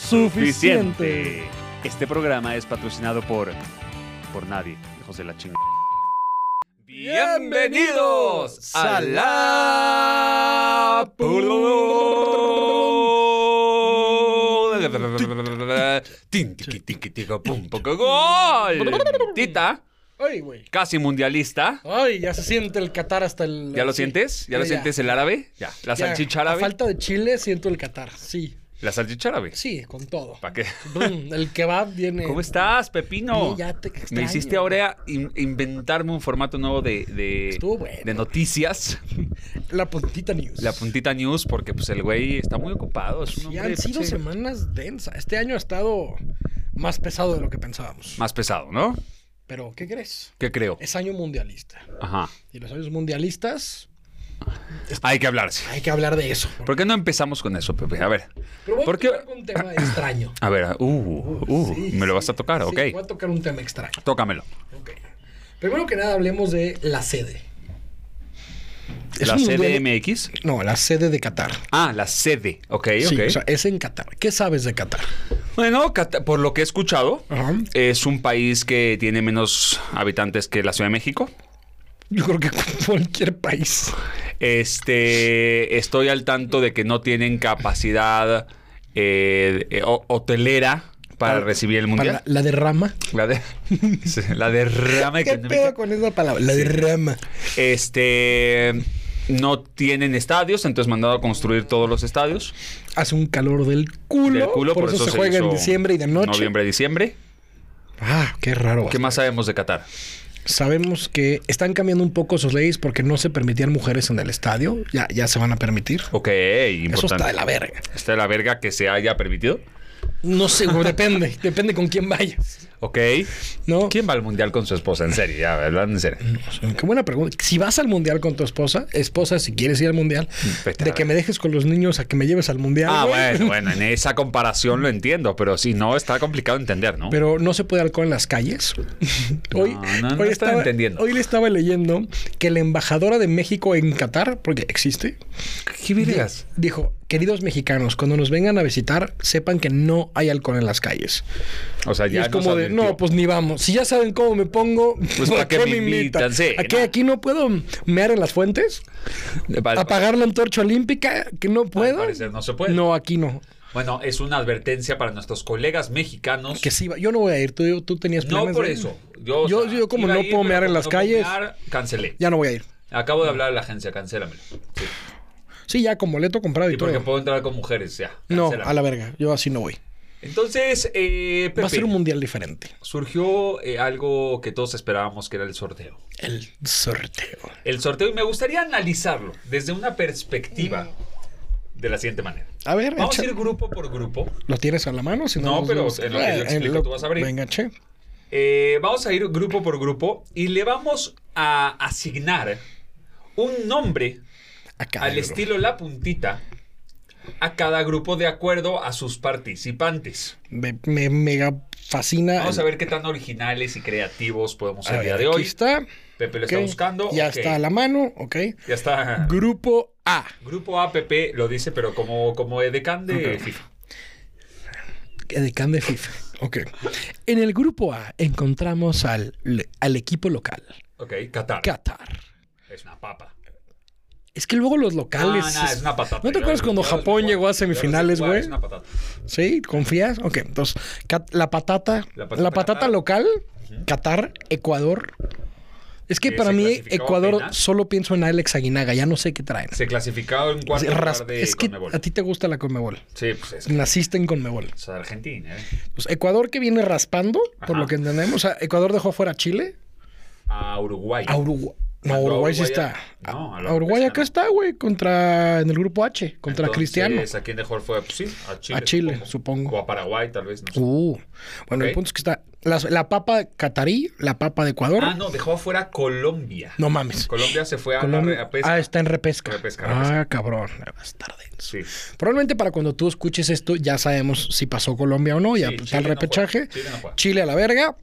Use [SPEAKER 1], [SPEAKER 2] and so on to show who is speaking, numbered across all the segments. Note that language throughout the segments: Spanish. [SPEAKER 1] suficiente. Este programa es patrocinado por. por nadie, hijos de la chingada.
[SPEAKER 2] Bienvenidos a la Pul- Tin, tiqui, tiqui, tico, pum, poco, gol. Tita,
[SPEAKER 3] Ay, güey.
[SPEAKER 2] casi mundialista.
[SPEAKER 3] Ay, ya se siente el Qatar hasta el.
[SPEAKER 2] ¿Ya lo
[SPEAKER 3] sí.
[SPEAKER 2] sientes? ¿Ya
[SPEAKER 3] Yo
[SPEAKER 2] lo sientes el árabe? Ya, la
[SPEAKER 3] Ya,
[SPEAKER 2] salchicha
[SPEAKER 3] A
[SPEAKER 2] árabe.
[SPEAKER 3] falta de chile, siento el Qatar. Sí.
[SPEAKER 2] La salchicha árabe.
[SPEAKER 3] Sí, con todo.
[SPEAKER 2] ¿Para qué?
[SPEAKER 3] Brum, el kebab viene.
[SPEAKER 2] ¿Cómo estás, Pepino?
[SPEAKER 3] Sí, ya te
[SPEAKER 2] Me
[SPEAKER 3] extraño.
[SPEAKER 2] hiciste ahora in- inventarme un formato nuevo de, de-
[SPEAKER 3] Estuvo bueno.
[SPEAKER 2] de noticias.
[SPEAKER 3] La puntita news.
[SPEAKER 2] La puntita news, porque pues el güey está muy ocupado. Es un
[SPEAKER 3] Y
[SPEAKER 2] hombre, pues,
[SPEAKER 3] han sido
[SPEAKER 2] pinche,
[SPEAKER 3] semanas densas. Este año ha estado más pesado de lo que pensábamos.
[SPEAKER 2] más pesado, ¿no?
[SPEAKER 3] Pero, ¿qué crees?
[SPEAKER 2] ¿Qué creo?
[SPEAKER 3] Es año mundialista.
[SPEAKER 2] Ajá.
[SPEAKER 3] Y los años mundialistas,
[SPEAKER 2] Hay que hablarse.
[SPEAKER 3] hay que hablar de eso.
[SPEAKER 2] ¿Por qué no empezamos con eso, Pepe? A ver.
[SPEAKER 3] Pero voy
[SPEAKER 2] ¿Por
[SPEAKER 3] a
[SPEAKER 2] qué?
[SPEAKER 3] tocar con un tema extraño.
[SPEAKER 2] A ver, uh, uh,
[SPEAKER 3] Sí,
[SPEAKER 2] me lo
[SPEAKER 3] sí.
[SPEAKER 2] vas a tocar,
[SPEAKER 3] Sí,
[SPEAKER 2] ok.
[SPEAKER 3] Voy a tocar un tema extraño.
[SPEAKER 2] Tócamelo.
[SPEAKER 3] Ok. Primero que nada, hablemos de la sede. Es
[SPEAKER 2] ¿La
[SPEAKER 3] un mundial-
[SPEAKER 2] CDMX?
[SPEAKER 3] No, la sede de Qatar.
[SPEAKER 2] Ah, la sede. Ok, ok.
[SPEAKER 3] Sí, o sea, es en Qatar. ¿Qué sabes de Qatar?
[SPEAKER 2] Bueno, Cata- por lo que he escuchado,
[SPEAKER 3] Ajá.
[SPEAKER 2] es un país que tiene menos habitantes que la Ciudad de México.
[SPEAKER 3] Yo creo que cualquier país.
[SPEAKER 2] Este, estoy al tanto de que no tienen capacidad eh, eh, ho- hotelera para, recibir el mundial.
[SPEAKER 3] Para la derrama.
[SPEAKER 2] La, de, sí, la derrama
[SPEAKER 3] ¿Qué pedo
[SPEAKER 2] económica.
[SPEAKER 3] con esa palabra? La derrama.
[SPEAKER 2] Este, no tienen estadios, entonces mandado a construir todos los estadios.
[SPEAKER 3] Hace un calor del culo.
[SPEAKER 2] Del culo,
[SPEAKER 3] por, eso, se, juega en
[SPEAKER 2] hizo
[SPEAKER 3] diciembre y de noche.
[SPEAKER 2] Noviembre, diciembre.
[SPEAKER 3] Ah, qué raro.
[SPEAKER 2] ¿Qué más sabemos de Qatar?
[SPEAKER 3] Sabemos que están cambiando un poco sus leyes porque no se permitían mujeres en el estadio. Ya, ya se van a permitir.
[SPEAKER 2] Ok, importante.
[SPEAKER 3] Eso está de la verga.
[SPEAKER 2] Está de la verga que se haya permitido.
[SPEAKER 3] No sé, güey, depende. depende con quién vayas.
[SPEAKER 2] Ok.
[SPEAKER 3] ¿No?
[SPEAKER 2] ¿Quién va al mundial con su esposa? En serio, ya, hablando en serio.
[SPEAKER 3] Qué buena pregunta. Si vas al mundial con tu esposa, esposa, si quieres ir al mundial,
[SPEAKER 2] Vete a
[SPEAKER 3] de
[SPEAKER 2] la
[SPEAKER 3] que
[SPEAKER 2] verga.
[SPEAKER 3] me dejes con los niños a que me lleves al mundial.
[SPEAKER 2] Ah,
[SPEAKER 3] güey.
[SPEAKER 2] bueno, bueno, en esa comparación lo entiendo, pero si no, está complicado entender, ¿no?
[SPEAKER 3] Pero no se puede alcohol en las calles. hoy,
[SPEAKER 2] no, no están entendiendo.
[SPEAKER 3] hoy le estaba leyendo que la embajadora de México en Qatar, porque existe,
[SPEAKER 2] ¿Qué vergas?
[SPEAKER 3] dijo, queridos mexicanos, cuando nos vengan a visitar, sepan que no hay alcohol en las calles.
[SPEAKER 2] O sea,
[SPEAKER 3] Y
[SPEAKER 2] ya
[SPEAKER 3] es como
[SPEAKER 2] nos
[SPEAKER 3] de,
[SPEAKER 2] advirtió.
[SPEAKER 3] no, pues ni vamos. Si ya saben cómo me pongo,
[SPEAKER 2] Pues, ¿para qué me invitan? Sí,
[SPEAKER 3] ¿A qué
[SPEAKER 2] no.
[SPEAKER 3] aquí no puedo mear en las fuentes?
[SPEAKER 2] Al-
[SPEAKER 3] pues, ¿Apagar la antorcha olímpica? ¿Que no
[SPEAKER 2] al
[SPEAKER 3] puedo?
[SPEAKER 2] parecer no se puede.
[SPEAKER 3] No, aquí no.
[SPEAKER 2] Bueno, es una advertencia para nuestros colegas mexicanos.
[SPEAKER 3] Que sí, va- yo no voy a ir. Tú, tú tenías planes.
[SPEAKER 2] no por
[SPEAKER 3] de-
[SPEAKER 2] eso. Yo, o
[SPEAKER 3] Yo-
[SPEAKER 2] sea,
[SPEAKER 3] yo como
[SPEAKER 2] iba a
[SPEAKER 3] no
[SPEAKER 2] ir,
[SPEAKER 3] puedo
[SPEAKER 2] pero
[SPEAKER 3] mear en
[SPEAKER 2] como
[SPEAKER 3] las
[SPEAKER 2] no puedo
[SPEAKER 3] calles-
[SPEAKER 2] mear, cancelé.
[SPEAKER 3] Ya no voy a ir.
[SPEAKER 2] Acabo de hablar a la agencia, cancélamelo. Sí.
[SPEAKER 3] Sí, ya con boleto comprado y,
[SPEAKER 2] Y
[SPEAKER 3] todo.
[SPEAKER 2] porque puedo entrar con mujeres, ya.
[SPEAKER 3] No,
[SPEAKER 2] cancélamelo.
[SPEAKER 3] a la verga. Yo así no voy.
[SPEAKER 2] Entonces, eh, Pepe,
[SPEAKER 3] Va a ser un mundial diferente.
[SPEAKER 2] surgió eh, algo que todos esperábamos que era el sorteo.
[SPEAKER 3] El sorteo.
[SPEAKER 2] El sorteo, y me gustaría analizarlo desde una perspectiva
[SPEAKER 3] Mm.
[SPEAKER 2] de la siguiente manera.
[SPEAKER 3] A ver,
[SPEAKER 2] Vamos a
[SPEAKER 3] echa-
[SPEAKER 2] ir grupo por grupo.
[SPEAKER 3] ¿lo tienes a la mano? Si
[SPEAKER 2] No,
[SPEAKER 3] nos
[SPEAKER 2] pero
[SPEAKER 3] vemos-
[SPEAKER 2] en lo que yo
[SPEAKER 3] Ah,
[SPEAKER 2] explico, tú vas a abrir.
[SPEAKER 3] Venga, che.
[SPEAKER 2] Eh, vamos a ir grupo por grupo y le vamos a asignar un nombre
[SPEAKER 3] Acá.
[SPEAKER 2] al estilo La Puntita a cada grupo de acuerdo a sus participantes.
[SPEAKER 3] Me, me mega fascina.
[SPEAKER 2] Vamos
[SPEAKER 3] el-
[SPEAKER 2] a ver qué tan originales y creativos podemos ser
[SPEAKER 3] A
[SPEAKER 2] el día
[SPEAKER 3] ver,
[SPEAKER 2] de
[SPEAKER 3] aquí
[SPEAKER 2] hoy.
[SPEAKER 3] está.
[SPEAKER 2] Pepe lo
[SPEAKER 3] Ok.
[SPEAKER 2] está buscando.
[SPEAKER 3] Ya
[SPEAKER 2] ok.
[SPEAKER 3] está a la mano, ok.
[SPEAKER 2] Ya está.
[SPEAKER 3] Grupo A.
[SPEAKER 2] Grupo APP lo dice, pero como, como edecán de FIFA.
[SPEAKER 3] Edecán de FIFA. Ok. En el grupo A encontramos al, al equipo local,
[SPEAKER 2] Ok, Qatar.
[SPEAKER 3] Qatar.
[SPEAKER 2] es una papa.
[SPEAKER 3] Es que luego los locales.
[SPEAKER 2] Ah, No, no, es una patata.
[SPEAKER 3] ¿No te
[SPEAKER 2] Yo-
[SPEAKER 3] acuerdas cuando
[SPEAKER 2] yo-
[SPEAKER 3] Japón
[SPEAKER 2] yo-
[SPEAKER 3] llegó
[SPEAKER 2] yo-
[SPEAKER 3] a semifinales,
[SPEAKER 2] yo-
[SPEAKER 3] güey?
[SPEAKER 2] Es una patata.
[SPEAKER 3] ¿Sí? ¿Confías? Ok, entonces, Cat- la patata,
[SPEAKER 2] La
[SPEAKER 3] la
[SPEAKER 2] patata
[SPEAKER 3] patata,
[SPEAKER 2] Qatar.
[SPEAKER 3] local, Qatar, Ecuador. Es que
[SPEAKER 2] Que
[SPEAKER 3] para
[SPEAKER 2] se
[SPEAKER 3] mí,
[SPEAKER 2] clasificó
[SPEAKER 3] Ecuador,
[SPEAKER 2] apenas.
[SPEAKER 3] solo pienso en Alex Aguinaga, ya no sé qué traen.
[SPEAKER 2] Se clasificó en cuarto
[SPEAKER 3] Ras-
[SPEAKER 2] lugar de
[SPEAKER 3] es que
[SPEAKER 2] Conmebol.
[SPEAKER 3] a ti te gusta la Conmebol.
[SPEAKER 2] Sí, pues es,
[SPEAKER 3] Naciste en Conmebol.
[SPEAKER 2] es Argentina, ¿eh?
[SPEAKER 3] Pues, Ecuador que viene raspando,
[SPEAKER 2] Ajá.
[SPEAKER 3] por lo que entendemos. O sea, Ecuador dejó fuera a Chile,
[SPEAKER 2] A Uruguay.
[SPEAKER 3] a Uruguay. No, Uruguay sí
[SPEAKER 2] Uruguay-
[SPEAKER 3] está.
[SPEAKER 2] No,
[SPEAKER 3] A-
[SPEAKER 2] a la
[SPEAKER 3] Uruguay
[SPEAKER 2] próxima.
[SPEAKER 3] acá está, güey, contra en el grupo H, contra
[SPEAKER 2] Entonces,
[SPEAKER 3] Cristiano.
[SPEAKER 2] ¿A quién mejor fue? Pues sí, a Chile.
[SPEAKER 3] A Chile, supongo.
[SPEAKER 2] O a Paraguay, tal vez. No sé.
[SPEAKER 3] Uh, bueno, el
[SPEAKER 2] Ok.
[SPEAKER 3] punto es que está las- la papa catarí, la papa de Ecuador.
[SPEAKER 2] Ah, no, dejó afuera a Colombia.
[SPEAKER 3] No mames.
[SPEAKER 2] Colombia se fue a,
[SPEAKER 3] Colombia-
[SPEAKER 2] a- a pesca.
[SPEAKER 3] Ah, está en repesca.
[SPEAKER 2] Repesca,
[SPEAKER 3] ah, cabrón. Bastardo.
[SPEAKER 2] Sí.
[SPEAKER 3] Probablemente para cuando tú escuches esto ya sabemos si pasó Colombia o no, ya
[SPEAKER 2] Sí,
[SPEAKER 3] está
[SPEAKER 2] Chile
[SPEAKER 3] el
[SPEAKER 2] no
[SPEAKER 3] repechaje.
[SPEAKER 2] juega, Chile no juega.
[SPEAKER 3] Chile a la verga,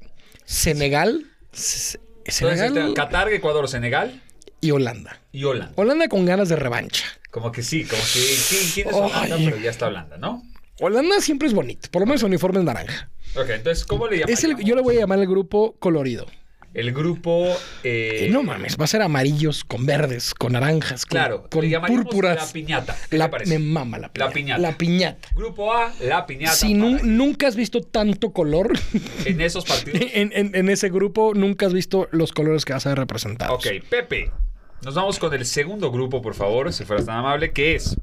[SPEAKER 3] Senegal, S-
[SPEAKER 2] Entonces, este,
[SPEAKER 3] Senegal
[SPEAKER 2] está Qatar, Ecuador, Senegal
[SPEAKER 3] y Holanda.
[SPEAKER 2] y Holanda.
[SPEAKER 3] Holanda con ganas de revancha.
[SPEAKER 2] Como que sí, como que ¿quién, quién es Holanda?
[SPEAKER 3] Ay.
[SPEAKER 2] Pero ya está Holanda, ¿no?
[SPEAKER 3] Holanda siempre es bonito, por lo menos el uniforme es naranja.
[SPEAKER 2] Ok, entonces, ¿cómo le llamamos?
[SPEAKER 3] Es el, yo le voy a llamar el grupo colorido.
[SPEAKER 2] El grupo... eh,
[SPEAKER 3] Eh, no mames, va a ser amarillos con verdes, con naranjas, con,
[SPEAKER 2] Claro,
[SPEAKER 3] con
[SPEAKER 2] le llamaríamos
[SPEAKER 3] púrpuras.
[SPEAKER 2] La piñata. ¿Qué
[SPEAKER 3] La-
[SPEAKER 2] te parece?
[SPEAKER 3] me mama la piñata.
[SPEAKER 2] La piñata.
[SPEAKER 3] La piñata.
[SPEAKER 2] Grupo A, la piñata.
[SPEAKER 3] Si nu-
[SPEAKER 2] para-
[SPEAKER 3] nunca has visto tanto color
[SPEAKER 2] En esos partidos.
[SPEAKER 3] en, en- en ese grupo, nunca has visto los colores que vas a ver representados.
[SPEAKER 2] Ok, Pepe. Nos vamos con el segundo grupo, por favor, si fueras tan amable, que es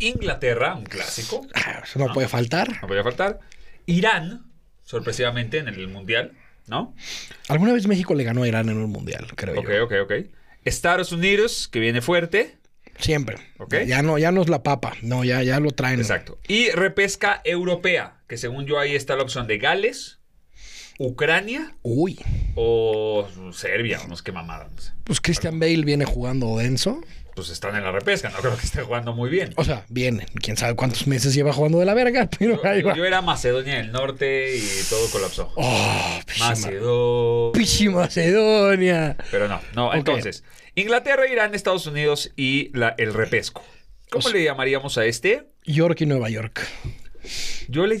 [SPEAKER 2] Inglaterra, un clásico,
[SPEAKER 3] Ah, Eso no puede faltar.
[SPEAKER 2] no podía faltar. Irán, sorpresivamente en el Mundial, ¿no?
[SPEAKER 3] Alguna vez México le ganó a Irán en un mundial, creo
[SPEAKER 2] Ok,
[SPEAKER 3] yo.
[SPEAKER 2] ok, ok. Estados Unidos, que viene fuerte.
[SPEAKER 3] Siempre.
[SPEAKER 2] Ok.
[SPEAKER 3] Ya no, ya no es la papa. No, ya, ya lo traen.
[SPEAKER 2] Exacto. Y repesca europea, que según yo ahí está la opción de Gales, Ucrania
[SPEAKER 3] Uy.
[SPEAKER 2] o Serbia, o no sé qué mamada. no sé.
[SPEAKER 3] Pues Christian Bale viene jugando denso.
[SPEAKER 2] Pues están en la repesca, no creo que esté jugando muy bien.
[SPEAKER 3] O sea, viene. Quién sabe cuántos meses lleva jugando de la verga, pero ahí
[SPEAKER 2] Yo,
[SPEAKER 3] va.
[SPEAKER 2] yo era Macedonia del Norte y todo colapsó.
[SPEAKER 3] Oh, pichi Ma-
[SPEAKER 2] Macedonia.
[SPEAKER 3] pichi Macedonia.
[SPEAKER 2] Pero no, no,
[SPEAKER 3] Ok.
[SPEAKER 2] entonces. Inglaterra, Irán, Estados Unidos y la- el repesco. ¿Cómo le llamaríamos a este?
[SPEAKER 3] York y Nueva York.
[SPEAKER 2] Yo le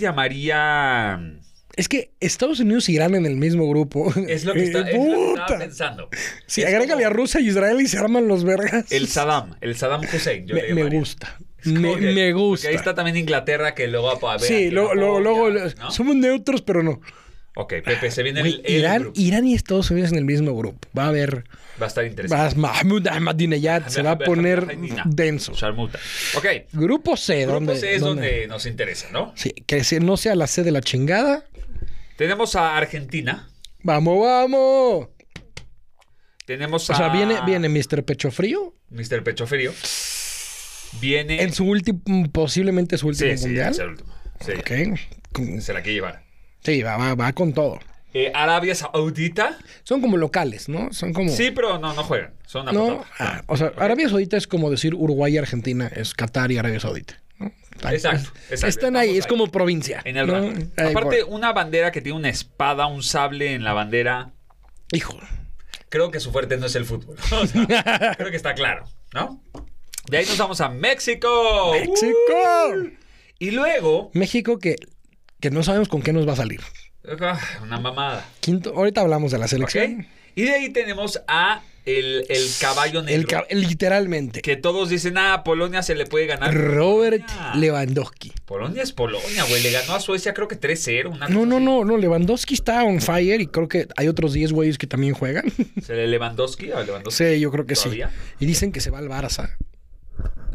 [SPEAKER 2] llamaría.
[SPEAKER 3] Es que Estados Unidos e Irán en el mismo grupo.
[SPEAKER 2] Es lo que, está, es lo
[SPEAKER 3] Eh,
[SPEAKER 2] que
[SPEAKER 3] puta.
[SPEAKER 2] estaba pensando.
[SPEAKER 3] Sí,
[SPEAKER 2] Es
[SPEAKER 3] agrégale a
[SPEAKER 2] como
[SPEAKER 3] Rusia y Israel y se arman los vergas.
[SPEAKER 2] El Saddam, el Saddam Hussein. Yo
[SPEAKER 3] me,
[SPEAKER 2] le
[SPEAKER 3] me
[SPEAKER 2] llamaría.
[SPEAKER 3] gusta.
[SPEAKER 2] Es como
[SPEAKER 3] Me,
[SPEAKER 2] que-
[SPEAKER 3] me
[SPEAKER 2] porque
[SPEAKER 3] gusta.
[SPEAKER 2] Ahí está también Inglaterra que luego va a ver.
[SPEAKER 3] sí,
[SPEAKER 2] a
[SPEAKER 3] luego,
[SPEAKER 2] quién
[SPEAKER 3] luego, luego,
[SPEAKER 2] apoya, ¿no?
[SPEAKER 3] somos neutros, pero no.
[SPEAKER 2] Ok, Pepe, se viene
[SPEAKER 3] Güey,
[SPEAKER 2] el, el
[SPEAKER 3] Irán,
[SPEAKER 2] grupo.
[SPEAKER 3] Irán y Estados Unidos en el mismo grupo. Va a haber.
[SPEAKER 2] Va a estar interesante.
[SPEAKER 3] Va, Mahmoud Ahmadinejad se va a poner denso.
[SPEAKER 2] Sharmuta. Ok.
[SPEAKER 3] Grupo C,
[SPEAKER 2] Grupo
[SPEAKER 3] ¿dónde?
[SPEAKER 2] C es
[SPEAKER 3] dónde?
[SPEAKER 2] donde nos interesa, ¿no?
[SPEAKER 3] Sí, que se- no sea la C de la chingada.
[SPEAKER 2] Tenemos a Argentina.
[SPEAKER 3] ¡Vamos, vamos!
[SPEAKER 2] Tenemos a.
[SPEAKER 3] O sea, viene,
[SPEAKER 2] Ah.
[SPEAKER 3] viene Mr. Pecho Frío
[SPEAKER 2] Mr. Pecho Frío. Viene.
[SPEAKER 3] en su último, posiblemente su último
[SPEAKER 2] Sí, sí,
[SPEAKER 3] mundial.
[SPEAKER 2] es el último. Sí,
[SPEAKER 3] Ok. Con-
[SPEAKER 2] se la que llevar.
[SPEAKER 3] Sí, va, va, va con todo.
[SPEAKER 2] Eh, Arabia Saudita.
[SPEAKER 3] Son como locales, ¿no? Son como.
[SPEAKER 2] Sí, pero no, no juegan. Son una
[SPEAKER 3] ¿no?
[SPEAKER 2] patota.
[SPEAKER 3] Ah, o sea, Arabia Saudita es como decir Uruguay y Argentina, es Qatar y Arabia Saudita. ¿no? Están-
[SPEAKER 2] Exacto, exacto.
[SPEAKER 3] Están ahí,
[SPEAKER 2] Estamos
[SPEAKER 3] es como provincia.
[SPEAKER 2] En el
[SPEAKER 3] ¿no?
[SPEAKER 2] ranking.
[SPEAKER 3] Ahí,
[SPEAKER 2] Aparte,
[SPEAKER 3] por-
[SPEAKER 2] una bandera que tiene una espada, un sable en la bandera.
[SPEAKER 3] hijo.
[SPEAKER 2] Creo que su fuerte no es el fútbol. O sea, creo que está claro, ¿no? De ahí nos vamos a México.
[SPEAKER 3] ¡México!
[SPEAKER 2] ¡Uh! Y luego.
[SPEAKER 3] México que, que no sabemos con qué nos va a salir.
[SPEAKER 2] Ah, Una mamada.
[SPEAKER 3] Quinto, ahorita hablamos de la
[SPEAKER 2] ¿Ok?
[SPEAKER 3] selección.
[SPEAKER 2] Y de ahí tenemos a el, el caballo negro.
[SPEAKER 3] El, ca- literalmente.
[SPEAKER 2] que todos dicen, ah, Polonia se le puede ganar.
[SPEAKER 3] Robert
[SPEAKER 2] Polonia.
[SPEAKER 3] Lewandowski.
[SPEAKER 2] Polonia es Polonia, güey. Le ganó a Suecia creo que 3-0. una
[SPEAKER 3] Ah, No,
[SPEAKER 2] cosa
[SPEAKER 3] no,
[SPEAKER 2] así.
[SPEAKER 3] no, no. Lewandowski está on fire y creo que hay otros 10 güeyes que también juegan.
[SPEAKER 2] ¿Se le Lewandowski a Lewandowski?
[SPEAKER 3] sí, yo creo que
[SPEAKER 2] ¿Todavía?
[SPEAKER 3] sí. Y dicen que se va al Barça.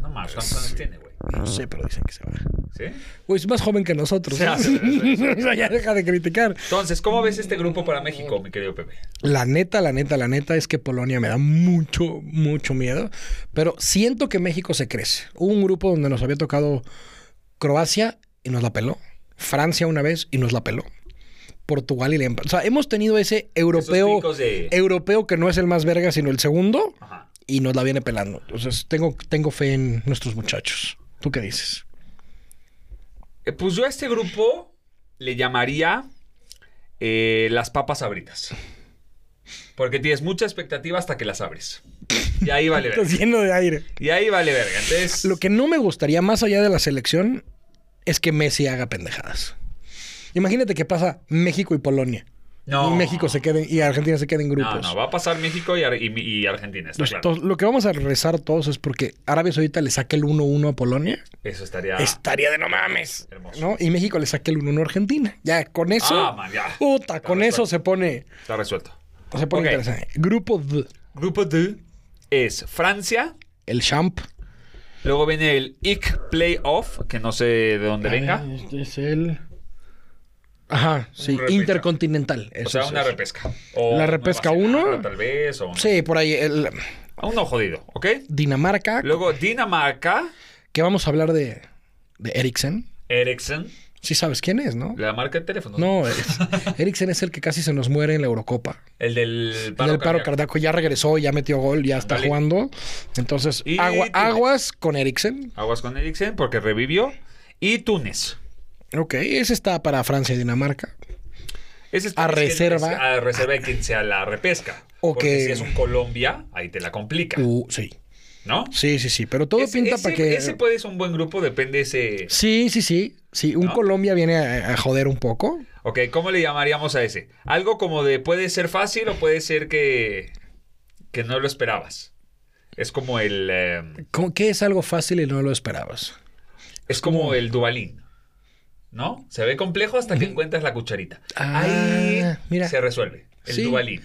[SPEAKER 2] No mames, ¿cuántos años tiene, güey?
[SPEAKER 3] No sé, pero dicen que se va.
[SPEAKER 2] ¿Sí?
[SPEAKER 3] Güey, es más joven que nosotros.
[SPEAKER 2] Sí, sí, sí,
[SPEAKER 3] O sea, ya deja de criticar.
[SPEAKER 2] Entonces, ¿cómo ves este grupo para México, mi querido Pepe?
[SPEAKER 3] La neta, la neta, la neta es que Polonia me da mucho, mucho miedo. Pero siento que México se crece. Hubo un grupo donde nos había tocado Croacia y nos la peló. Francia una vez y nos la peló. Portugal y le empa- O sea, hemos tenido ese
[SPEAKER 2] Esos
[SPEAKER 3] europeo,
[SPEAKER 2] picos de...
[SPEAKER 3] europeo que no es el más verga, sino el segundo,
[SPEAKER 2] Ajá.
[SPEAKER 3] y nos la viene pelando. Entonces, tengo, tengo fe en nuestros muchachos. ¿Tú qué dices?
[SPEAKER 2] Eh, Pues yo a este grupo le llamaría eh, las papas abritas. Porque tienes mucha expectativa hasta que las abres. Y ahí vale verga.
[SPEAKER 3] Estás lleno de aire.
[SPEAKER 2] Y ahí vale verga. Entonces,
[SPEAKER 3] Lo que no me gustaría más allá de la selección es que Messi haga pendejadas. Imagínate que pasa México y Polonia.
[SPEAKER 2] no.
[SPEAKER 3] Y México se quede y Argentina se quede en
[SPEAKER 2] No,
[SPEAKER 3] grupos.
[SPEAKER 2] no, va a pasar México y, Ar- y- y Argentina, está
[SPEAKER 3] Entonces,
[SPEAKER 2] claro.
[SPEAKER 3] to- Lo que vamos a rezar todos es porque Arabia Saudita le saque el 1-1 a Polonia.
[SPEAKER 2] Eso estaría
[SPEAKER 3] Estaría de no mames.
[SPEAKER 2] hermoso.
[SPEAKER 3] ¿no? Y México le saque el 1-1 a Argentina. Ya, con eso. Oh.
[SPEAKER 2] Ah, man, ya.
[SPEAKER 3] Puta, con eso se pone,
[SPEAKER 2] Está resuelto.
[SPEAKER 3] se pone
[SPEAKER 2] Ok.
[SPEAKER 3] interesante. Grupo D.
[SPEAKER 2] Grupo D es Francia,
[SPEAKER 3] El Champ.
[SPEAKER 2] luego viene
[SPEAKER 3] Ah,
[SPEAKER 2] el IC Playoff, que no sé de dónde venga.
[SPEAKER 3] Este es el. Ajá, sí.
[SPEAKER 2] repesca.
[SPEAKER 3] Intercontinental.
[SPEAKER 2] O
[SPEAKER 3] eso
[SPEAKER 2] sea,
[SPEAKER 3] es,
[SPEAKER 2] una
[SPEAKER 3] eso.
[SPEAKER 2] repesca. O
[SPEAKER 3] La repesca
[SPEAKER 2] Nueva
[SPEAKER 3] uno.
[SPEAKER 2] Zelanda, Tal vez, o
[SPEAKER 3] Sí, por ahí. el-
[SPEAKER 2] a uno jodido, ¿ok?
[SPEAKER 3] Dinamarca,
[SPEAKER 2] Luego Dinamarca,
[SPEAKER 3] que vamos a hablar de, de Eriksen.
[SPEAKER 2] Ericsson,
[SPEAKER 3] Sí sabes quién es, ¿no?
[SPEAKER 2] la marca de teléfono.
[SPEAKER 3] No, es- Eriksen es el que casi se nos muere en la Eurocopa.
[SPEAKER 2] El del
[SPEAKER 3] En
[SPEAKER 2] paro,
[SPEAKER 3] el paro
[SPEAKER 2] cardíaco.
[SPEAKER 3] cardíaco ya regresó, ya metió gol, ya está
[SPEAKER 2] Ándale.
[SPEAKER 3] jugando. Entonces,
[SPEAKER 2] Y
[SPEAKER 3] agua-
[SPEAKER 2] Túnez.
[SPEAKER 3] aguas con Eriksen.
[SPEAKER 2] Aguas con Eriksen porque revivió. Y Túnez.
[SPEAKER 3] Ok, ese está para Francia y Dinamarca.
[SPEAKER 2] Ese es
[SPEAKER 3] A
[SPEAKER 2] es que-
[SPEAKER 3] reserva.
[SPEAKER 2] es- A reserva de quien sea la repesca.
[SPEAKER 3] O
[SPEAKER 2] Porque
[SPEAKER 3] que-
[SPEAKER 2] si es un Colombia, ahí te la complica,
[SPEAKER 3] Uh, sí,
[SPEAKER 2] ¿no?
[SPEAKER 3] sí, sí, sí. Pero todo
[SPEAKER 2] Ese-
[SPEAKER 3] pinta
[SPEAKER 2] ese-
[SPEAKER 3] para que.
[SPEAKER 2] Ese puede ser un buen grupo, depende ese...
[SPEAKER 3] Sí, sí, sí. Sí, un
[SPEAKER 2] ¿No?
[SPEAKER 3] Colombia viene a, a joder un poco.
[SPEAKER 2] Ok, ¿cómo le llamaríamos a ese? Algo como de puede ser fácil o puede ser que, que no lo esperabas. Es como el... eh,
[SPEAKER 3] ¿Cómo- ¿Qué es algo fácil y no lo esperabas?
[SPEAKER 2] es como el Dubalín. ¿No? Se ve complejo hasta que encuentras la cucharita.
[SPEAKER 3] Mm. Ah,
[SPEAKER 2] Ahí
[SPEAKER 3] mira.
[SPEAKER 2] se resuelve. El
[SPEAKER 3] Sí.
[SPEAKER 2] Dubalín.